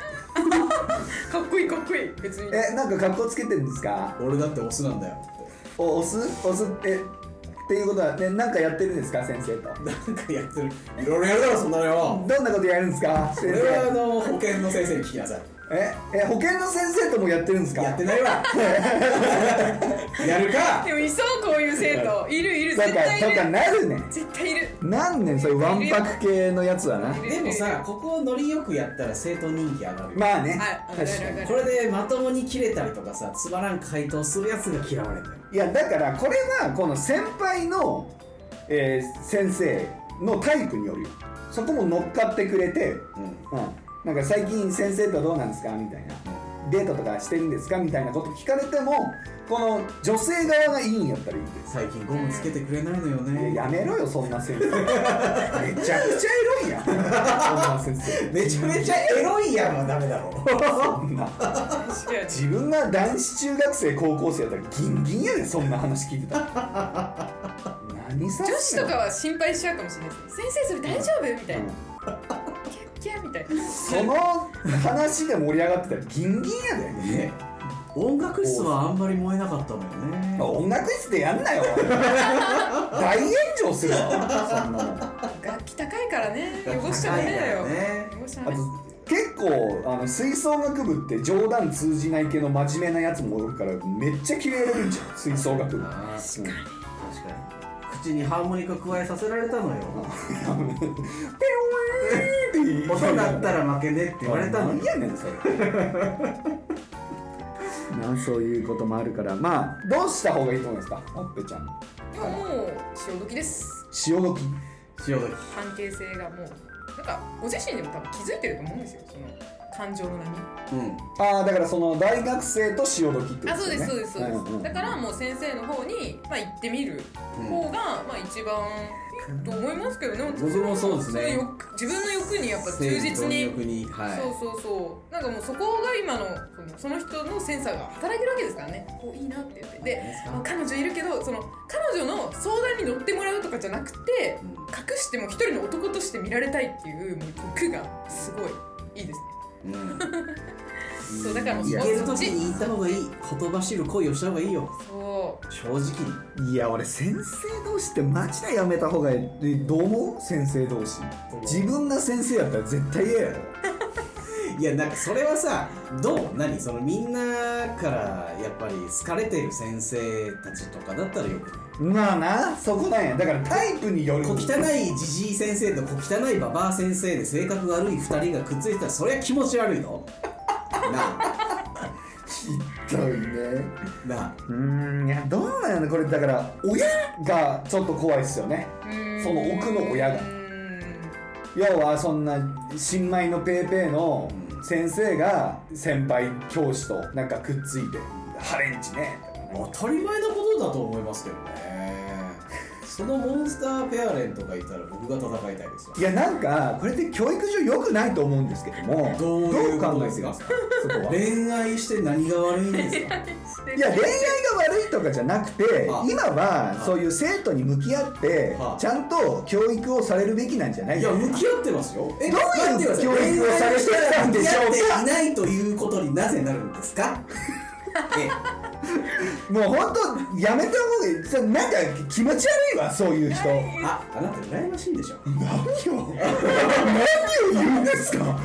かっこいいかっこいい別にえなんか格好つけてるんですか俺だってオスなんだよってお押す押すってっていうことはねなんかやってるんですか先生となんかやってるいろいろやるだろそんなのよどんなことやるんですか先それはあ生の保険の先生に聞きなさいええ保健の先生ともやってるんですかやってないわやるかでもいそうこういう生徒いるいるとか絶対いとかるなるねん絶対いるなんねんそういうわんぱく系のやつはないるいるでもさここをノリよくやったら生徒人気上がるよ、まあねあ確かわかにるこれでまともに切れたりとかさつまらん回答するやつが嫌われるのよいやだからこれはこの先輩の、えー先生のタイプによるよそこも乗っかってくれて、うん、なんか最近先生とどうなんですかみたいなデートとかしてるんですかみたいなこと聞かれてもこの女性側がいいんやったらいいんです最近ゴムつけてくれないのよねいややめろよそんな先生めちゃくちゃエロいやんそんな先生めちゃめちゃエロいやんはダメだろそんな確かに自分が男子中学生高校生やったらギンギンやでそんな話聞いてたら何さ女子とかは心配しちゃうかもしれないですね先生それ大丈夫みたいなうキャッキャみたいなんその話で盛り上がってたらギンギンやでね音楽室はあんまり燃えなかったのよね音楽室でやんな [laughs] よ大炎上するわそんなの楽器高いからね汚しちゃダメだよ高いからね汚しちゃあダとメ結構あの吹奏楽部って冗談通じない系の真面目なやつもおるからめっちゃ嫌いられるじゃん吹奏楽部あー確かに口にハーモニカ加えさせられたのよペローンって音だったら負けねって言われたのいにやねんそれ [laughs] なそういうこともあるからまあどうした方がいいと思いますかほっぺちゃんでももう潮時です潮時潮時関係性がもうなんかご自身でも多分気づいてると思うんですよその感情の波うんああだからその大学生と潮時ってことあそうですそうですそうです、んんだからもう先生の方に、まあ、行ってみる方が、まあ一番いいと思いますけどね僕もそうですねの欲自分の欲にやっぱ忠実に生徒の欲にはいそうそうそうなんかもうそこが今のそのその人のセンサーが働いてるわけですからねこういいなって言ってでですかあ彼女いるけどその彼女の相談に乗ってもらうとかじゃなくてうん隠しても一人の男として見られたいっていうもう欲がすごいいいですね [laughs] そうだからもう行けるそっ時ちに行った方がいいほとばしる恋をした方がいいよそう正直にいや俺先生同士ってマジでやめた方がいいえどう思う先生同士自分が先生やったら絶対嫌やろいやなんかそれはさどう何そのみんなからやっぱり好かれてる先生たちとかだったらよくないまあなそこなんやだからタイプによる小汚いじじい先生と小汚いババア先生で性格悪い2人がくっついてたらそりゃ気持ち悪いのなあひどいねなあうーんいやどうなんやろこれだから親がちょっと怖いっすよねその奥の親がうー要はそんな新米のペーペーの先生が先輩教師となんかくっついて「ハレンチね」とかね当たり前のことだと思いますけどねそのモンスターペアレントがいたら僕が戦いたいですよいやなんかこれって教育上良くないと思うんですけどもどういうこと考えでてすかますかそこは恋愛して何が悪いんですかんいや恋愛が悪いとかじゃなくてあ今はあそういう生徒に向き合ってあちゃんと教育をされるべきなんじゃないいや向き合ってますよえどういう待ってくださ教育をされてたんでしょうか恋愛していないということになぜなるんですか [laughs] えもう本当やめた方がいいそれなんか気持ち悪いわそういう人えああなた羨ましいでしょ何を何を言うんですか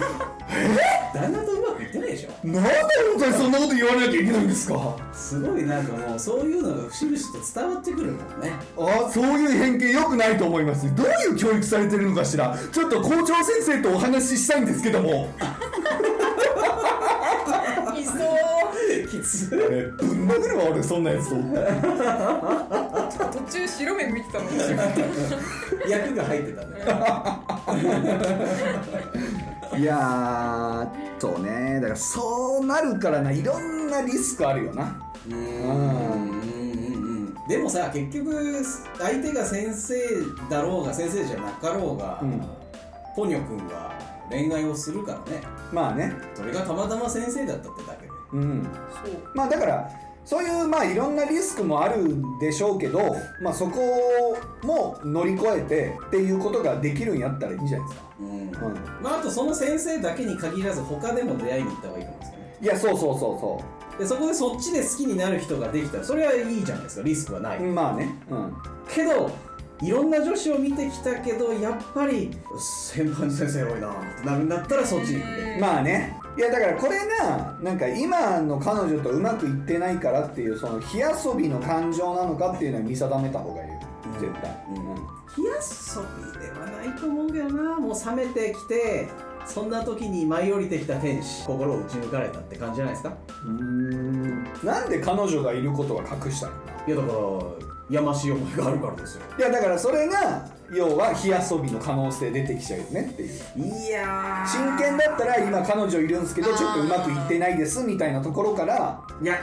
旦那とうまくいってないでしょなんで本当にそんなこと言わなきゃいけないんですかすごいなんかもうそういうのが不思議と伝わってくるもんね [laughs] あそういう偏見良くないと思いますどういう教育されてるのかしらちょっと校長先生とお話ししたいんですけどもいそうきつあれぶん殴るわ俺そんなやつと途中白目向いてたの [laughs] 私はい役が入ってたねいやーとねだからそうなるからないろんなリスクあるよなうーんうんうんでもさ結局相手が先生だろうが先生じゃなかろうが、うんポニョ君が恋愛をするからねまあねそれがたまたま先生だったってだけでうんそうまあだからそういうまあいろんなリスクもあるでしょうけど、まあ、そこも乗り越えてっていうことができるんやったらいいんじゃないですか、うんうん、まあ、あとその先生だけに限らず他でも出会いに行った方がいいと思うんですよねいやそうそうそうそでそこでそっちで好きになる人ができたらそれはいいじゃないですかリスクはなうい、まあねうんけどいろんな女子を見てきたけどやっぱり先輩の先生多いなってなるんだったらそっちに行くべうんまあねいやだからこれがなんか今の彼女とうまくいってないからっていうその火遊びの感情なのかっていうのは見定めた方がいいようん絶対、うん火遊びではないと思うけどなもう冷めてきてそんな時に舞い降りてきた天使心を打ち抜かれたって感じじゃないですかうんなんで彼女がいることは隠したのいやだからやましい思いがあるからですよいやだからそれが要は火遊びの可能性出てきちゃうよねっていういやー真剣だったら今彼女いるんですけどちょっとうまくいってないですみたいなところからいや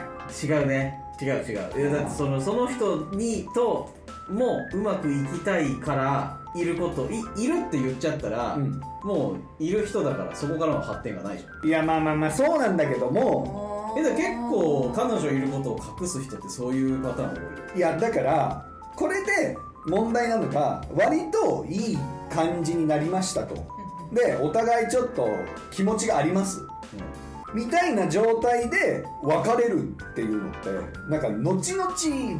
違うね違う違ういやだってそのその人にともううまくいきたいからいることいいるって言っちゃったら、うんもういる人だからそこからの発展がないじゃんいやまあまあまあそうなんだけどもえだから結構彼女いることを隠す人ってそういうパターン多いよいやだからこれで問題なのか割といい感じになりましたとでお互いちょっと気持ちがありますみたいな状態で別れるっていうのってなんか後々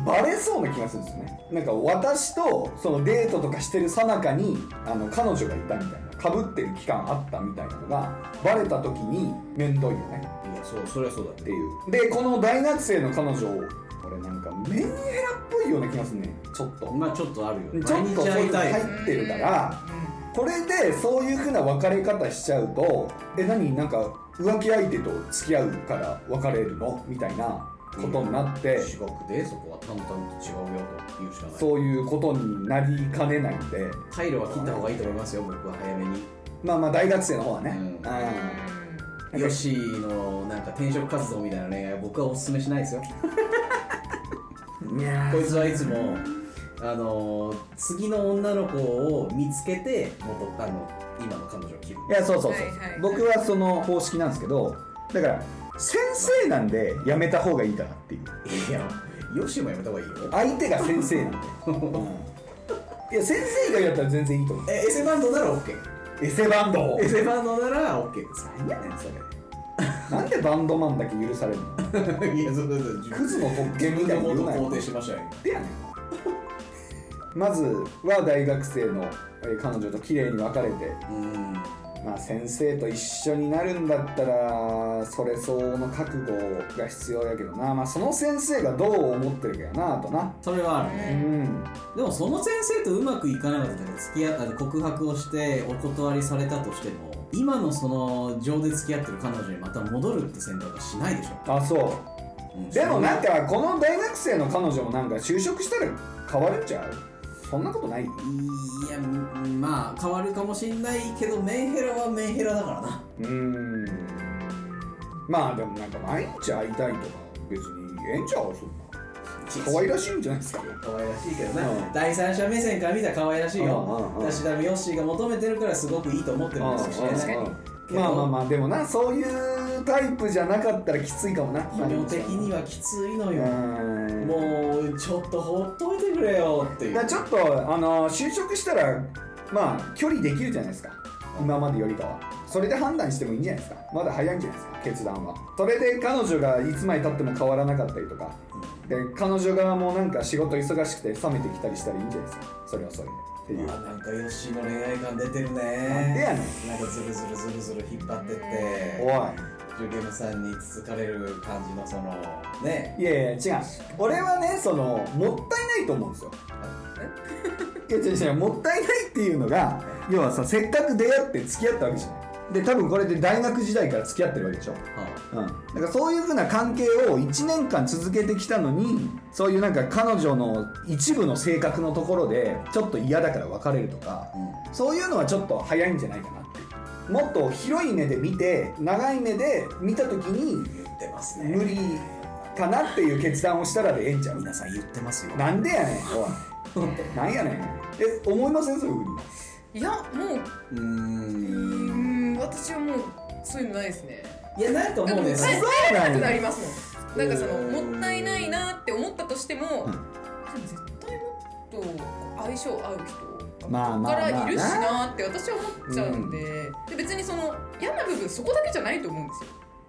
バレそうな気がするんですよねなんか私とそのデートとかしてる最中にあの彼女がいたみたいなかぶってる期間あったみたいなのがバレた時に面倒いよねいやそうそれはそうだっていうでこの大学生の彼女これなんかメンヘラっぽいような気がするねちょっとまあちょっとあるよねちょっ毎と日そうい会いうのたい入ってるからこれでそういうふうな別れ方しちゃうとえ何なんか浮気相手と付き合うから別れるのみたいなことになって、違くでそこは淡々と違うよと言うしかないそういうことになりかねないんでタイルは切った方がいいと思いますよ僕は早めにまあまあ大学生の方はね、うんうんあかヨッシーのなんか転職活動みたいな恋愛は僕はおすすめしないですよこいつはいつもあの次の女の子を見つけて元あの今の彼女を切るいやそうそうそう、はいはいはい僕はその方式なんですけどだから先生なんでやめた方がいいかなっていういやヨッシーもやめた方がいいよ相手が先生なんで、いや先生以外だったら全然いいと思うえエセバンドなら OK エセバンドエセバンドなら OK です何やねんそれなんでバンドマンだけ許されるのいやそうそうそうクズの特権みたいに言うなよしましたよでやねんまずは大学生のえー彼女と綺麗に別れて、うんまあ、先生と一緒になるんだったらそれ相応の覚悟が必要やけどな、まあ、その先生がどう思ってるかやなとなそれはあるうねんでもその先生とうまくいかなかったから付き合あの告白をしてお断りされたとしても今のその情で付き合ってる彼女にまた戻るって選択はしないでしょ、あそううんでもそれはなんかこの大学生の彼女もなんか就職したら変わるんちゃうそんなことないいやまあ変わるかもしんないけどメンヘラはメンヘラだからなうんまあでもなんか毎日会いたいとか別にええんちゃうそんな可愛らしいんじゃないですか可愛らしいけどうん第三者目線から見たら可愛らしいようんうんうんだし多分ヨッシーが求めてるからすごくいいと思ってるんですよねうんまあまあまあでもなそういうタイプじゃなかったらきついかもな医療的にはきついのようんもうちょっとほっといてくれよっていうだからちょっとあの就職したらまあ距離できるじゃないですか今までよりかはそれで判断してもいいんじゃないですかまだ早いんじゃないですか決断はそれで彼女がいつまでたっても変わらなかったりとかで彼女側もなんか仕事忙しくて冷めてきたりしたらいいんじゃないですかそれはそれでっていう、まあなんかヨッシーの恋愛感出てるなんでやねねんなんかズルズルズルズル引っ張ってっておジュゲムさんにつつかれる感じのそのねいいやいや違う俺はねそのもったいないと思うんですよいや違う違うもったいないっていうのが要はさせっかく出会って付き合ったわけじゃないで多分これで大学時代から付き合ってるわけでしょはうん、だからそういうふうな関係を1年間続けてきたのにそういうなんか彼女の一部の性格のところでちょっと嫌だから別れるとかあうんそういうのはちょっと早いんじゃないかなっていうもっと広い目で見て長い目で見た時に言ってますね無理かなっていう決断をしたらでええんちゃう皆さん言ってますよなんでやねん [laughs] おいなんやねんえ思いませんそういうふうにいやもううーうんん私はもうそういうのないですねいやなんかもうねなんかそもう帰らなくなりますもんなんかそうんのもったいないなって思ったとしても、うんでも絶対もっと相性合う人まあまあかまあらいるしななって私は思っちゃうんで,、で別にその嫌な部分そこだけじゃないと思うんです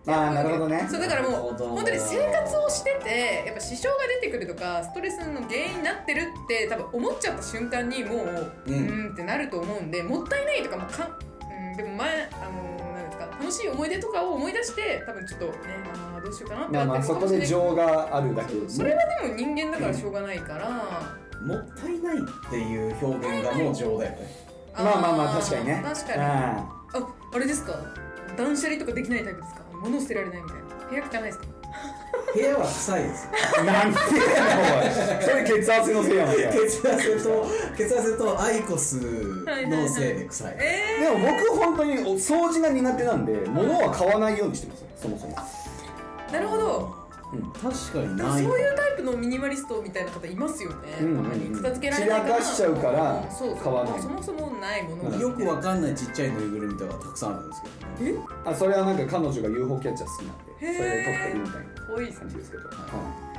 よああなるほどねそうだからもうなるほど本当に生活をしててやっぱ支障が出てくるとかストレスの原因になってるって多分思っちゃった瞬間にもうううんんってなると思うんでもったいないとかもかん、うん、でも前あのーなんですか楽しい思い出とかを思い出して多分ちょっとねあーどうしようかなってまあまなっあてそるこかもしれなでい情があるだけでそれはでも人間だからしょうがないから、もったいないっていう表現がもう情だよね [laughs] まあまあまあ確かにね確かにあああれですか断捨離とかできないタイプですか物捨てられないみたいな部屋汚いですか部屋は臭いですあなんてやねんおいそれ血圧のせいやもん [laughs] け血圧と血圧とアイコスのせいで臭いえでも僕本当にお掃除が苦手なんで物は買わないようにしてますそもそもー、なるほど確かにでもなそういいうタイプのミニマリストみたいな方いますよね、うんたまに片付けられない散らかしちゃうからんそうそう買わないそもそもないものよくわかんないちっちゃいぬいぐるみとかたくさんあるんですけどねえあそれはなんか彼女が UFO キャッチャー好きなんでそへーれで撮ってるみたいなかわいいです感ねじですけど、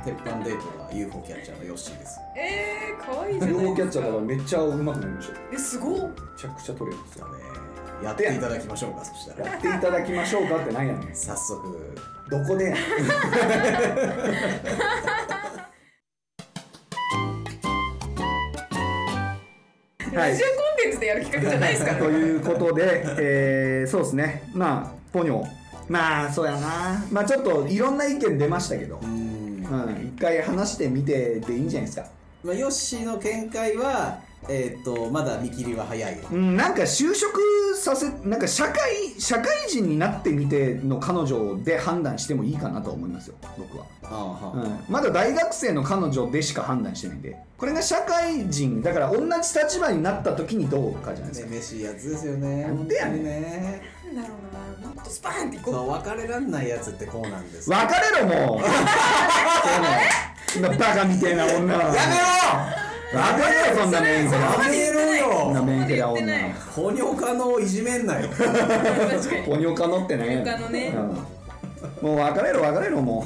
鉄板デートは UFO キャッチャーのヨッシーですえー、かわいいじゃないですか UFO キャッチャーだからめっちゃうまくなりましたよえすごめっちゃくちゃ撮れるんですじゃよあねやっていただきましょうかそしたらやっていただきましょうかってなんやねん早速どこ [laughs] でやね [laughs] んはラいジオコンテンツでやる企画じゃないですからということで、えーそうですねまあポニョまあそうやなまあちょっといろんな意見出ましたけど、うんうん、一回話してみてでいいんじゃないですかまあヨッシーの見解はえーっとまだ見切りは早いようん、なんか就職させなんか社会社会人になってみての彼女で判断してもいいかなと思いますよ僕は、ああはあうん、まだ大学生の彼女でしか判断してないんでこれが社会人だから同じ立場になった時にどうかじゃないですねか、めしいやつですよねなんでやねん本当にねなんだろうなもっとスパーンっていこうそう別れらんないやつってこうなんですよ別れ [laughs] ろもうそんなバカみたいな女はやめろ別れろそんなメンヘラそやれめろそんなよメンヘラそんなこと言女っポニョカノをいじめんなよ確かにポニョカノってねポニョカノ [laughs] ねうんもう別れろ別れろも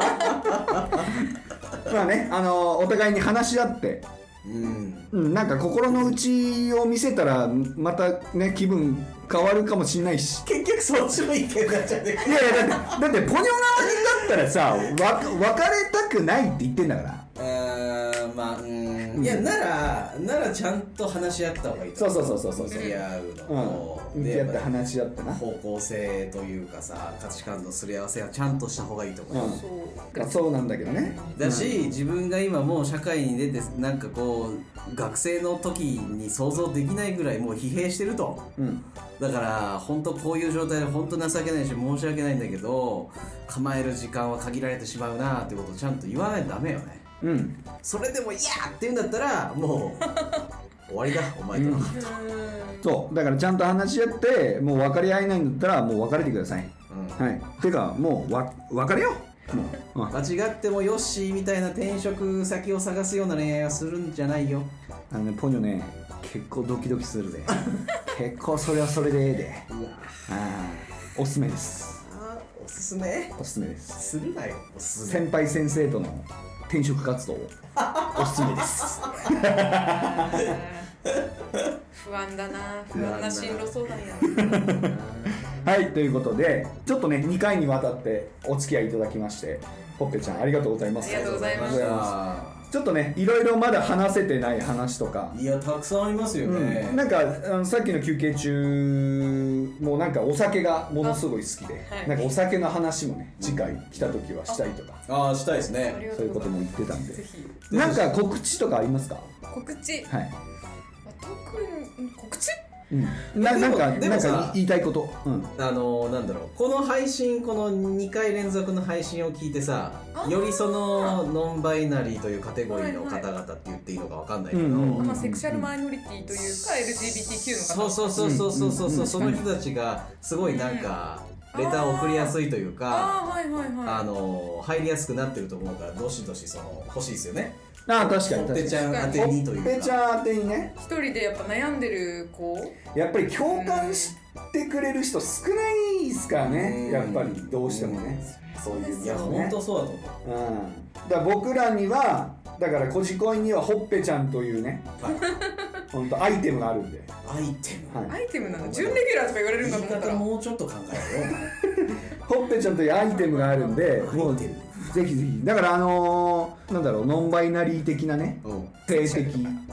[laughs] うまあねあのお互いに話し合って、うんうん、なんか心の内を見せたらまたね気分変わるかもしれないし結局そっちの意見になっち [laughs] ゃっていやいやだってだってポニョ側になったらさわ別れたくないって言ってんだからうんまあうんいやならならちゃんと話し合った方がいいとそう思そうそうそうそう付き合うのと、うん、でやってやっぱり話し合ってな方向性というかさ価値観のすり合わせはちゃんとした方がいいと思います、うんそうまあそうなんだけどねだし、自分が今もう社会に出てなんかこう学生の時に想像できないぐらいもう疲弊してるとうんだから本当こういう状態で本当情けないし申し訳ないんだけど構える時間は限られてしまうなってことをちゃんと言わないとダメよねうんそれでも「いや!」って言うんだったらもう [laughs] 終わりだお前との、うんうーんそうだからちゃんと話し合ってもう分かり合えないんだったらもう別れてくださいうんはいてかもうわ別れようもう、うん間違ってもヨッシーみたいな転職先を探すような恋愛はするんじゃないよあのねポニョね結構ドキドキす [laughs] るで結構それはそれでええでうわあーおすすめですあおすすめおすすめですするなよおすすめ先輩先生との転職活 [laughs] 動をおすすめです不安だな不安な進路相談やなはいということでちょっとね2回にわたってお付き合いいただきましてほっぺちゃんありがとうございますありがとうございましありがとうございますちょっとねいろいろまだ話せてない話とかいやたくさんありますよね、うん、なんかあのさっきの休憩中もなんかお酒がものすごい好きで、あはいなんかお酒の話もね次回来た時はしたいとか、ああしたいですありねがそういうこともござ言ってたんますぜでひなんか告知とかありますか告知はい、特に告知うん、なでなんもかでなもんさか言いたいこと、うん、あのー、なんだろうこの配信この2回連続の配信を聞いてさあーよりそのノンバイナリーというカテゴリーの方々って言っていいのかわかんないけど、はいはいうんうんまあ、セクシャルマイノリティというか LGBTQ のそう方そうそうそうそううそうんうんうんその人たちがすごいなんかうんレターを送りやすいというかああはいはいあはのー入りやすくなってると思うからどしどしその欲しいですよねああ確かに確ほかにっぺちゃん宛てにとほいっうぺちかゃん宛てにねい一人でやっぱ悩んでる子やっぱり共感してくれる人少ないですからねうんやっぱりどうしてもねそううでいうすいやよ本当そうだと思ううんだから僕らにはだからこじこいにはほっぺちゃんというねはい本当アイテムがあるんで、アイテムはアい、イテムなの準レギュラーとか言われる言いんだと思った方らもうちょっと考えろよほっぺちゃんというアイテムがあるんでアイテムもうぜひぜひだからあのーなんだろうノンバイナリー的なねうん性的うん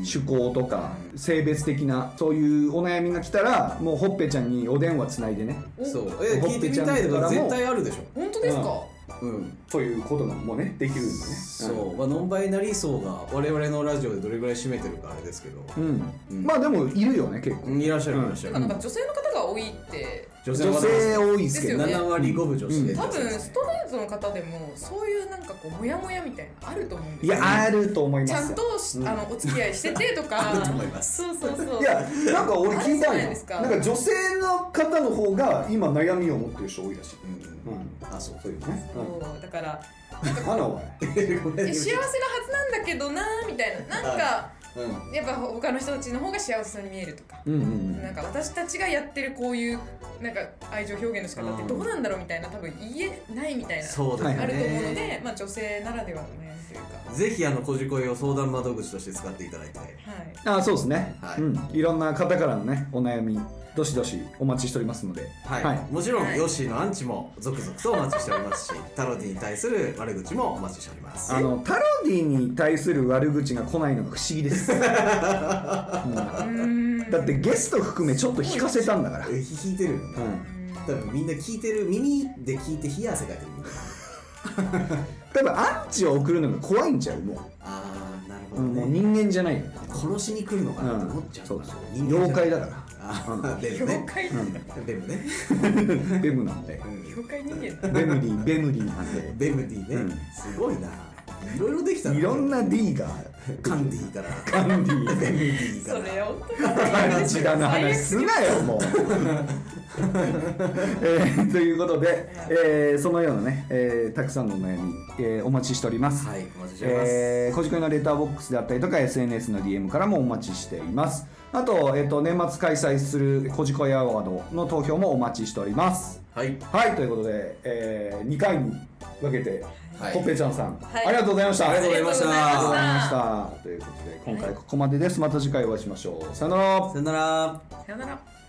趣向とか性別的なそういうお悩みが来たらもうほっぺちゃんにお電話つないでねおそうえほっ聞いてぺみちゃんたいとかからも絶対あるでし本当ですか、ょうんということもねできるんでねそう、まあ、ノンバイナリー層が我々のラジオでどれぐらい占めてるかあれですけど、うん、うんまあでもいるよね結う構んいらっしゃるいらっしゃなんる、かなんか女性の方が多いって女性の女方で性多いですけですどよね7割5分女性です多分ストレートの方でもそういうなんかこうモヤモヤみたいなのあると思うんでいすよ、ね、やあると思いますちよゃんとし、あのお付き合いしててと [laughs] かあると思いますそうそうそいうやなんか俺聞いたんあれじゃないよですかなんか女性の方の方が今悩みを持ってる人多いらしい、うんうん、あそうそういうね、うんそうだから [laughs] 花はごめいんやね幸せなはずなんだけどなみたいななんかうんやっぱ他の人たちの方が幸せそうに見えるとかうんうんなんか私たちがやってるこういうなんか愛情表現の仕方ってどうなんだろうみたいな多分言えないみたいなそうだよね、あると思うので、まあ、女性ならではの悩みというか、ぜひあのこじこいを相談窓口として使っていただいてはい、あそうですね、はいうん、いろんな方からのねお悩みどしどしお待ちしておりますのではい、はいもちろん、はいヨッシーのアンチも続々とお待ちしておりますしタロディに対する悪口もお待ちしておりますあのタロディに対する悪口が来ないのが不思議です、 [laughs] うんだってゲスト含めちょっと引かせたんだから、え引いてるよね、うん多分みんな聞いてる耳で聞いて冷や汗かいてる多分アンチを送るのが怖いんちゃうもああなるほう,、どもうね、人間じゃないよね殺しに来るのかなって思っちゃうから、うんそうそう人間じゃ妖ない怪だからあーでも妖ね怪、でもね、ベムなんでうん妖怪人間だ [laughs] ベムディベムディなんでベムディね、うんすごいな。いろいろできたね [laughs] いろんな D がカンディから、カンディベムディかそら。れをマジだな話すなよ [laughs] もう、えーということで、えーそのようなね、えーたくさんのお悩み、えーお待ちしております、はい、お待ちしております。えー、こじこいのレターボックスであったりとか SNS の DM からもお待ちしていますあと,、えー、と年末開催するこじこいアワードの投票もお待ちしておりますはい、はいということで、え2回に分けて、はいほっぺちゃんさん、いありがとうございましたありがとうございましたありがとうありがとうございましございましたということで今回ここまでですまた次回お会いしましょうさよならさよなら。たさよなら